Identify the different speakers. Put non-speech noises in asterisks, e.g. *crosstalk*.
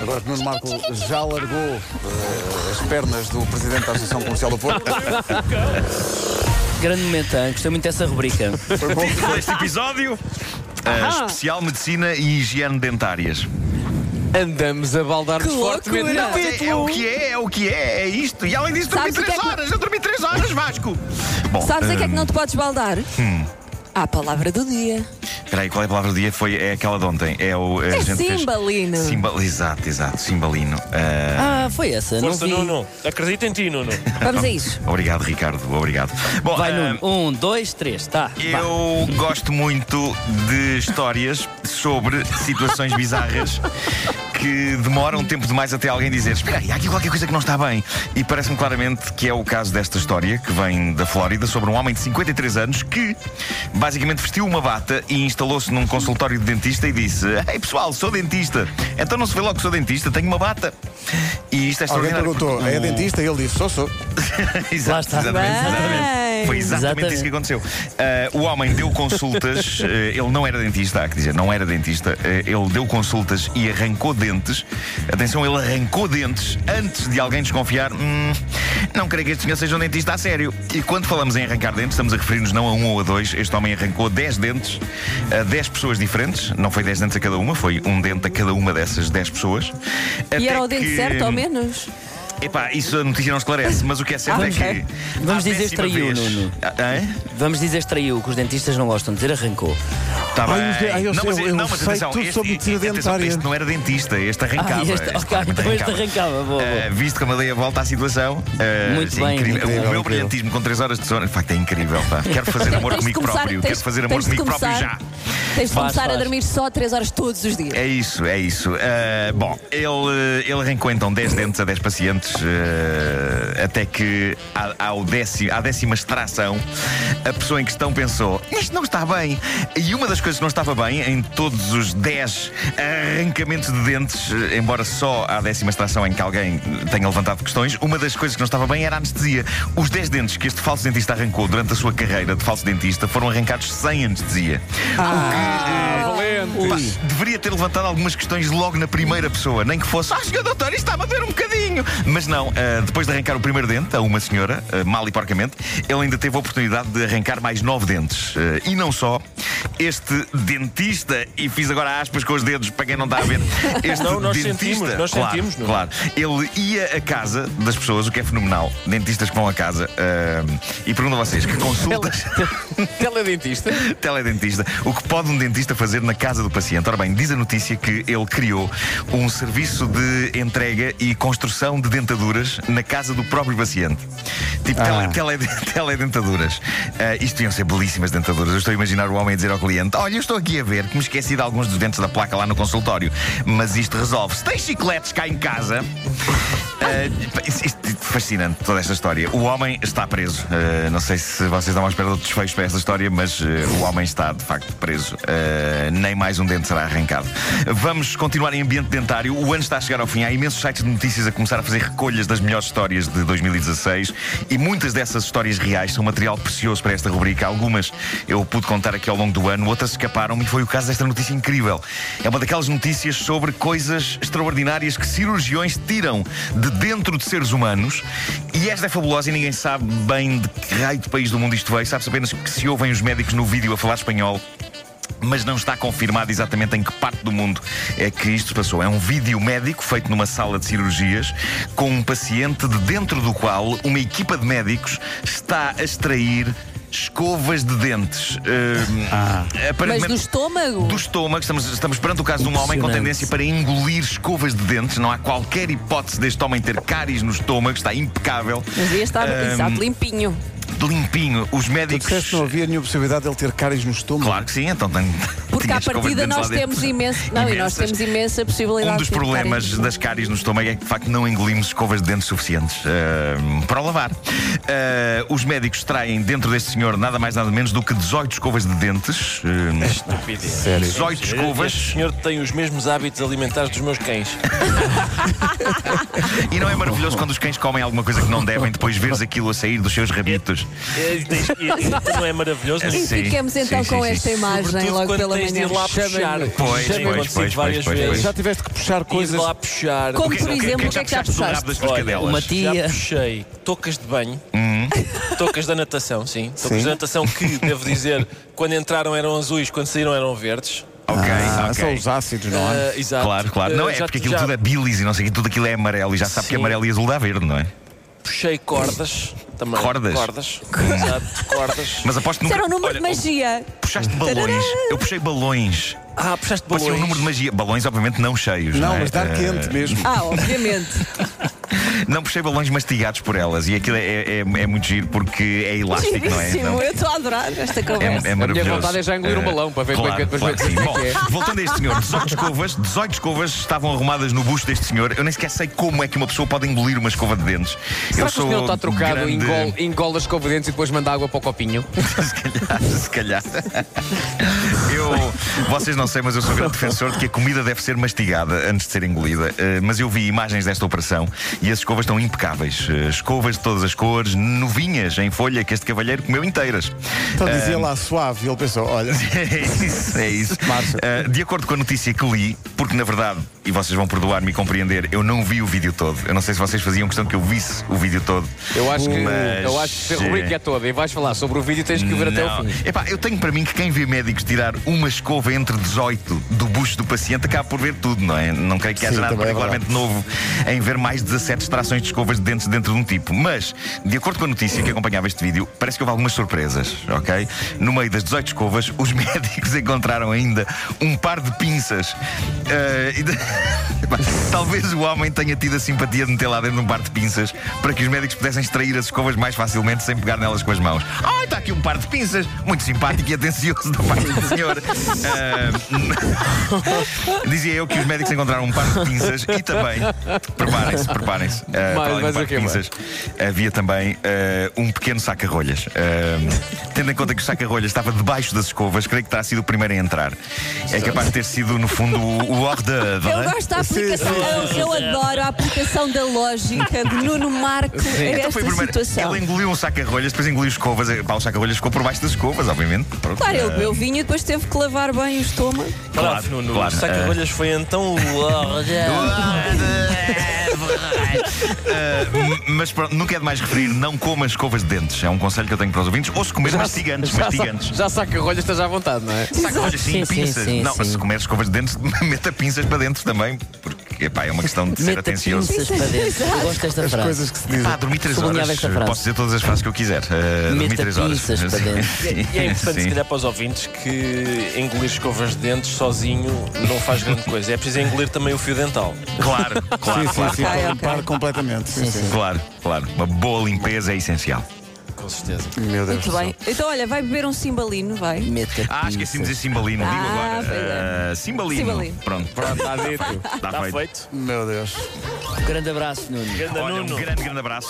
Speaker 1: Agora que Nuno Marco já largou eh, as pernas do presidente da Associação Comercial do Porto,
Speaker 2: Grande momento, hein? gostei muito dessa rubrica.
Speaker 1: foi bom.
Speaker 3: Título deste episódio: eh, Especial Medicina e Higiene Dentárias.
Speaker 4: Andamos a baldar-nos
Speaker 5: Que
Speaker 4: fortemente.
Speaker 5: loucura!
Speaker 4: Não,
Speaker 3: É, é o que é, é o que é, é isto. E além disso, dormi
Speaker 5: Sabes o que
Speaker 3: 3
Speaker 5: é que-
Speaker 3: horas, eu dormi 3 horas, Vasco. Bom,
Speaker 5: Sabes a que é que
Speaker 3: hum,
Speaker 5: não te podes baldar? À palavra do dia.
Speaker 3: Espera aí, qual é a palavra do dia? Foi, é aquela de ontem. É o.
Speaker 5: É cimbalino.
Speaker 3: Simba, exato, exato, cimbalino. Eh,
Speaker 2: Ah, foi essa, não
Speaker 6: Força,
Speaker 2: vi.
Speaker 6: Nuno. Acredita em ti, Nuno.
Speaker 3: *laughs*
Speaker 5: Vamos a isso.
Speaker 3: Obrigado, Ricardo, obrigado. Bom,
Speaker 2: Vai,
Speaker 3: eh,
Speaker 2: Nuno. Um, dois, três, tá. vá.
Speaker 3: Eu gosto muito de histórias sobre situações bizarras que demoram tempo demais até alguém dizer: Espera aí, há aqui qualquer coisa que não está bem. E parece-me claramente que é o caso desta história que vem da Flórida sobre um homem de 53 anos que basicamente vestiu uma bata e instalou-se num consultório de dentista e disse: Ei pessoal, sou dentista. Então não se vê logo que sou dentista, tenho uma bata. E isto é
Speaker 1: Alguém
Speaker 3: extraordinário.
Speaker 1: perguntou,
Speaker 3: porque
Speaker 1: é
Speaker 3: o-
Speaker 1: dentista? Ele disse, sou, sou.
Speaker 3: *laughs* Exato,
Speaker 2: Lá está.
Speaker 3: Exatamente,
Speaker 5: Bem.
Speaker 3: exatamente. Foi exatamente,
Speaker 2: Exatamente.
Speaker 3: isso que aconteceu. Ah, o homem
Speaker 2: *laughs*
Speaker 3: deu consultas, eh, ele não era dentista, há que dizer, não era dentista. eh, ele deu consultas e arrancou dentes. Atenção, ele arrancou dentes antes de alguém desconfiar. "Hum, não creio que este senhor seja um dentista a sério. E quando falamos em arrancar dentes, estamos a referir-nos não a um ou a dois. Este homem arrancou 10 dentes a 10 pessoas diferentes. Não foi 10 dentes a cada uma, foi um dente a cada uma dessas 10 pessoas.
Speaker 5: E era
Speaker 3: Até
Speaker 5: o dente
Speaker 3: que-
Speaker 5: certo, ao menos?
Speaker 3: Epá, isso a notícia não esclarece, mas o que é certo
Speaker 5: Ah,
Speaker 3: é
Speaker 5: ok.
Speaker 3: que.
Speaker 2: Vamos
Speaker 3: à
Speaker 2: dizer
Speaker 3: décima
Speaker 2: extraiu,
Speaker 3: vez-
Speaker 2: Nuno.
Speaker 3: Ah, Hein?
Speaker 2: Vamos dizer extraiu, que os dentistas não gostam de dizer arrancou.
Speaker 3: Tá
Speaker 1: Ai,
Speaker 3: bem.
Speaker 1: eu sei- ai, eu
Speaker 3: não, mas,
Speaker 1: sei- eu
Speaker 3: não, mas
Speaker 1: sei
Speaker 3: atenção,
Speaker 1: tudo
Speaker 3: este,
Speaker 1: sobre medicina
Speaker 3: atenção,
Speaker 1: dentária.
Speaker 3: este não era dentista, este arrancava.
Speaker 2: Ah, este- ok,
Speaker 3: claramente
Speaker 2: então este arrancava, boa,
Speaker 3: Ah,
Speaker 2: boa.
Speaker 3: visto como eu dei a volta à situação, ah,
Speaker 2: Muito
Speaker 3: isso
Speaker 2: bem.
Speaker 3: é incrível.
Speaker 1: Incrível,
Speaker 3: o meu
Speaker 1: incrível.
Speaker 3: brilhantismo com 3 horas de sono, de facto, é incrível. pá. Quero fazer amor
Speaker 5: Tens de
Speaker 3: comigo
Speaker 5: começar-
Speaker 3: próprio,
Speaker 5: tens-
Speaker 3: quero fazer amor
Speaker 5: tens de
Speaker 3: comigo próprio já.
Speaker 5: começar- Tens de
Speaker 2: Faz,
Speaker 5: começar a
Speaker 2: faz.
Speaker 5: dormir só 3 horas todos os dias.
Speaker 3: É isso, é isso. Ah, bom, ele, ele arrancou então 10 dentes a 10 pacientes, ah, até que à- ao décimo, à décima extração, a pessoa em questão pensou: isto não está bem. E uma das coisas que não estava bem em todos os 10 arrancamentos de dentes, eh, embora só à décima extração em que alguém tenha levantado questões, uma das coisas que não estava bem era a anestesia. Os 10 dentes que este falso dentista arrancou durante a sua carreira de falso dentista foram arrancados sem anestesia.
Speaker 4: valente.
Speaker 3: Pá, deveria ter levantado algumas questões logo na primeira pessoa, nem que fosse, ah, senhor doutor, isto está a doer um bocadinho. Mas não, ah, depois de arrancar o primeiro dente a uma senhora, ah, mal e porcamente, ele ainda teve a oportunidade de arrancar mais nove dentes. Ah, e não só, este dentista, e fiz agora aspas com os dedos para quem não está a
Speaker 6: *laughs*
Speaker 3: ver, este
Speaker 6: Não, nós
Speaker 3: dentista,
Speaker 6: sentimos, nós
Speaker 3: claro,
Speaker 6: sentimos, não é?
Speaker 3: claro, ele ia à casa das pessoas, o que é fenomenal, dentistas que vão à casa, ah, e pergunto a vocês, que consultas...
Speaker 4: Teledentista.
Speaker 3: *laughs* Teledentista. O que pode um dentista fazer na casa do paciente? Ora bem, diz a notícia que ele criou um serviço de entrega e construção de dentaduras na casa do próprio paciente. Tipo tele, tele- *laughs* teledentaduras. Ah, isto iam ser belíssimas dentaduras. Eu estou a imaginar o homem a dizer ao cliente: Olha, eu estou aqui a ver que me esqueci de alguns dos dentes da placa lá no consultório, mas isto resolve. Se tem chicletes cá em casa. Ah, isto- isto- fascinante toda esta história. O homem está preso. Ah, não sei se vocês estão à espera de outros feios para esta história, mas ah, o homem está de facto preso. Ah, nem mais um dente será arrancado. Vamos continuar em ambiente dentário. O ano está a chegar ao fim. Há imensos sites de notícias a começar a fazer recolhas das melhores histórias de 2016 e muitas dessas histórias reais são material precioso para esta rubrica. Algumas eu pude contar aqui ao longo do ano, outras escaparam-me e foi o caso desta notícia incrível. É uma daquelas notícias sobre coisas extraordinárias que cirurgiões tiram de dentro de seres humanos. E esta é fabulosa e ninguém sabe bem de que raio de país do mundo isto veio. Sabe-se apenas que se ouvem os médicos no vídeo a falar espanhol. Mas não está confirmado exatamente em que parte do mundo é que isto se passou. É um vídeo médico feito numa sala de cirurgias com um paciente de dentro do qual uma equipa de médicos está a extrair escovas de dentes. Hum,
Speaker 5: Mas
Speaker 1: Ah.
Speaker 3: aparentemente-
Speaker 5: do estômago?
Speaker 3: do estômago, estamos, estamos perante o caso de um homem com
Speaker 2: Impressionante.
Speaker 3: tendência para engolir escovas de dentes. Não há qualquer hipótese deste homem ter cáries no estômago, está impecável. Hum,
Speaker 5: Mas devia estar exato, limpinho.
Speaker 3: Limpinho. Os
Speaker 1: Tu
Speaker 3: médicos.
Speaker 1: disseste que não havia nenhuma possibilidade de ele ter cáries no estômago.
Speaker 3: Claro que sim, então tem.
Speaker 5: Porque
Speaker 3: tinha
Speaker 5: à
Speaker 3: escovas de
Speaker 5: partida
Speaker 3: dentes lá
Speaker 5: nós
Speaker 3: dentro.
Speaker 5: temos imenso. Não, e nós
Speaker 3: Imensas.
Speaker 5: temos imensa possibilidade
Speaker 3: Um dos
Speaker 5: de ficar
Speaker 3: problemas
Speaker 5: em-
Speaker 3: das cáries no estômago é que, de facto, não engolimos escovas de dentes suficientes ah, para o lavar. Ah, os médicos traem dentro deste senhor nada mais nada menos do que 18 escovas de dentes.
Speaker 6: é
Speaker 3: Ah,
Speaker 4: Sério.
Speaker 3: 18
Speaker 6: Este
Speaker 3: escovas.
Speaker 6: senhor tem os mesmos hábitos alimentares dos meus cães.
Speaker 3: E não é maravilhoso quando os cães comem alguma coisa que não devem, depois veres aquilo a sair dos seus rabitos?
Speaker 6: É, tens- é, é, Não é maravilhoso?
Speaker 3: É
Speaker 6: Nuno?
Speaker 3: sim.
Speaker 5: Fiquemos então
Speaker 3: Sim,
Speaker 5: com
Speaker 3: sim,
Speaker 5: esta
Speaker 3: sim.
Speaker 5: imagem
Speaker 6: Sobretudo
Speaker 5: logo
Speaker 6: quando
Speaker 5: pela
Speaker 6: tens tiveste de ir lá
Speaker 4: Chamem-me.
Speaker 6: puxar.
Speaker 3: Pois,
Speaker 6: Já me
Speaker 3: pois,
Speaker 6: aconteceu
Speaker 3: pois, pois,
Speaker 6: várias
Speaker 3: pois,
Speaker 6: vezes.
Speaker 1: Já tiveste que puxar
Speaker 6: Ir
Speaker 1: coisas.
Speaker 6: lá puxar.
Speaker 5: Como
Speaker 3: O
Speaker 5: por exemplo, o que é que já
Speaker 3: puxaste? do rabo
Speaker 5: puxaste?
Speaker 3: das tuas cadelas?
Speaker 2: uma
Speaker 6: Já
Speaker 2: tia.
Speaker 6: puxei tocas de banho,
Speaker 3: Hum.
Speaker 6: *laughs* tocas da natação, sim. Tocas da natação que, devo dizer, quando entraram eram azuis, quando saíram eram verdes.
Speaker 3: Ok,
Speaker 1: Ah,
Speaker 3: ok.
Speaker 1: são os ácidos, não é?
Speaker 6: Ah, exato.
Speaker 3: Claro, claro.
Speaker 6: Ah,
Speaker 3: Não é
Speaker 6: já-
Speaker 3: porque aquilo
Speaker 6: já
Speaker 3: tudo é bilis e não sei o que, tudo aquilo é amarelo e já sabe que
Speaker 6: Sim.
Speaker 3: amarelo e azul dá verde, não é?
Speaker 6: Puxei cordas também.
Speaker 3: Cordas? Hum.
Speaker 6: Cordas. Exato, cordas.
Speaker 3: Mas aposto que nunca.
Speaker 5: Isso era um número de
Speaker 3: Olha,
Speaker 5: magia.
Speaker 3: puxaste balões. Eu puxei balões.
Speaker 6: Ah, puxaste balões.
Speaker 3: Parecia um número de magia. Balões, obviamente, não cheios. Não,
Speaker 1: Não,
Speaker 3: é?
Speaker 1: mas dar
Speaker 3: Ah,
Speaker 1: quente mesmo.
Speaker 5: Ah, obviamente.
Speaker 3: *laughs* Não puxei balões mastigados por elas. E aquilo é, é- é muito giro porque é elástico, não é? Não-
Speaker 5: Giríssimo. Eu estou a adorar esta conversa.
Speaker 3: É, é maravilhoso.
Speaker 4: vontade é já engolir um
Speaker 3: Eh,
Speaker 4: balão para ver como é
Speaker 3: claro,
Speaker 4: que-
Speaker 3: claro que
Speaker 4: como é
Speaker 3: sim.
Speaker 4: que
Speaker 3: Bom,
Speaker 4: é.
Speaker 3: voltando a este senhor, 18 escovas, 18 escovas estavam arrumadas no busto deste senhor. Eu nem sequer sei como é que uma pessoa pode engolir uma escova de dentes.
Speaker 4: Será
Speaker 3: Eu um
Speaker 4: que o senhor está trocado,
Speaker 3: grande-
Speaker 4: engole, engole as covidentes e depois manda água para o copinho?
Speaker 3: se calhar, *laughs* se calhar. Eu, vocês não sei, mas eu sou grande defensor de que a comida deve ser mastigada antes de ser engolida. Eh, mas eu vi imagens desta operação e as escovas estão impecáveis. Eh, escovas de todas as cores, novinhas em folha que este cavalheiro comeu inteiras. *laughs*
Speaker 1: Então dizia lá suave e ele pensou: olha, *laughs*
Speaker 3: É isso, é isso.
Speaker 1: Marcha.
Speaker 3: Ah, de acordo com a notícia que li, porque na verdade, e vocês vão perdoar-me e compreender, eu não vi o vídeo todo. Eu não sei se vocês faziam questão que eu visse o vídeo todo.
Speaker 4: Eu acho que,
Speaker 3: Mas,
Speaker 4: eu acho que se a
Speaker 3: eh,
Speaker 4: rubrica é toda e vais falar sobre o vídeo tens que o ver até
Speaker 3: não.
Speaker 4: o fim.
Speaker 3: Epá, eu tenho para mim que quem vê médicos tirar uma escova entre 18 do bucho do paciente acaba por ver tudo, não é? Não creio que haja
Speaker 1: Sim,
Speaker 3: nada
Speaker 1: também é
Speaker 3: particularmente novo em ver mais 17 extrações de escovas de dentes dentro de um tipo. Mas, de acordo com a notícia que acompanhava este vídeo, parece que houve algumas surpresas, ok? No meio das 18 escovas, os *laughs* médicos encontraram ainda um par de pinças. Ah, e de- *laughs* Epá, Talvez o homem tenha tido a simpatia de meter lá dentro um par de pinças para que os médicos pudessem extrair as escovas mais facilmente sem pegar nelas com as mãos. Ah, está aqui um par de pinças, muito simpático e atencioso da parte do
Speaker 1: *laughs*
Speaker 3: senhor. Eh, Ah, Dizia eu que os médicos encontraram um par de pinças e também, preparem-se, preparem-se, ah, para além
Speaker 4: mas
Speaker 3: do par de
Speaker 4: o quê mais?
Speaker 3: pinças, havia também ah, um pequeno saca-rolhas. Ah, tendo em conta que o saca-rolhas estava debaixo das escovas, creio que terá sido o primeiro a entrar. É capaz de ter sido, no fundo, o o hors d'oeuvre. não
Speaker 5: Eu
Speaker 3: é?
Speaker 5: gosto da aplicação, eu, eu adoro a aplicação da lógica de Nuno Marco a esta
Speaker 3: Então foi primeiro.
Speaker 5: situação.
Speaker 3: Ele engoliu um saca-rolhas, depois engoliu escovas. Eh, Pá, o saca-rolhas ficou por baixo das escovas, obviamente. Pronto.
Speaker 5: Claro, ele
Speaker 3: Eh,
Speaker 5: bebeu vinho e depois teve que lavar bem o estômago.
Speaker 3: Claro,
Speaker 6: Bravo, Nuno.
Speaker 3: claro. é.
Speaker 6: O saca-rolhas foi então o
Speaker 3: Ah, *laughs* eh, m- Mas pronto, nunca é demais referir, não coma escovas de dentes. É um conselho que eu tenho para os ouvintes. Ou se comer mastiga antes,
Speaker 4: *laughs* já,
Speaker 3: mastiga
Speaker 4: sa-
Speaker 3: antes.
Speaker 4: já saca rolhas, estás à vontade, não é?
Speaker 3: Saca-rolhas sim,
Speaker 2: Sim, sim,
Speaker 3: pinças.
Speaker 2: sim,
Speaker 3: não, mas
Speaker 2: sim.
Speaker 3: se comer escovas de dentes, *laughs* meta pinças para dentro também. Porque epá, é uma questão de ser
Speaker 2: Meta
Speaker 3: atencioso.
Speaker 2: pinças para dentro. Eu gosto desta
Speaker 1: as
Speaker 2: frase.
Speaker 1: coisas que se dizem.
Speaker 3: Pá, dormi 3
Speaker 2: Sublinhava
Speaker 3: horas.
Speaker 2: esta frase.
Speaker 3: Posso dizer todas as frases que eu quiser. Eh, dormi
Speaker 2: Meta
Speaker 3: 3 horas.
Speaker 2: pinças para dentro.
Speaker 3: *laughs* Sim,
Speaker 6: E é importante,
Speaker 3: sim.
Speaker 6: se calhar, para os ouvintes que engolir escovas de dentes sozinho não faz grande coisa. É preciso engolir também o fio dental.
Speaker 3: Claro, claro,
Speaker 1: Sim,
Speaker 3: claro.
Speaker 1: sim, sim, para limpar completamente. Sim, sim.
Speaker 3: Claro, claro. Uma boa limpeza é essencial.
Speaker 6: Com certeza.
Speaker 1: Meu Deus.
Speaker 5: Muito
Speaker 1: do céu.
Speaker 5: bem. Então, olha, vai beber um cimbalino, vai.
Speaker 2: Meta
Speaker 3: Ah, esqueci-me de dizer cimbalino. Digo
Speaker 5: Ah,
Speaker 3: agora.
Speaker 5: pois é.
Speaker 3: Ah, cimbalino.
Speaker 5: Cimbalino.
Speaker 3: Pronto,
Speaker 4: Pronto, está dito.
Speaker 3: está
Speaker 6: Está
Speaker 3: feito.
Speaker 6: feito.
Speaker 1: Meu Deus.
Speaker 2: Um grande abraço, Nuno.
Speaker 6: Ganda
Speaker 3: Olha, um
Speaker 6: Nuno.
Speaker 3: grande, grande abraço.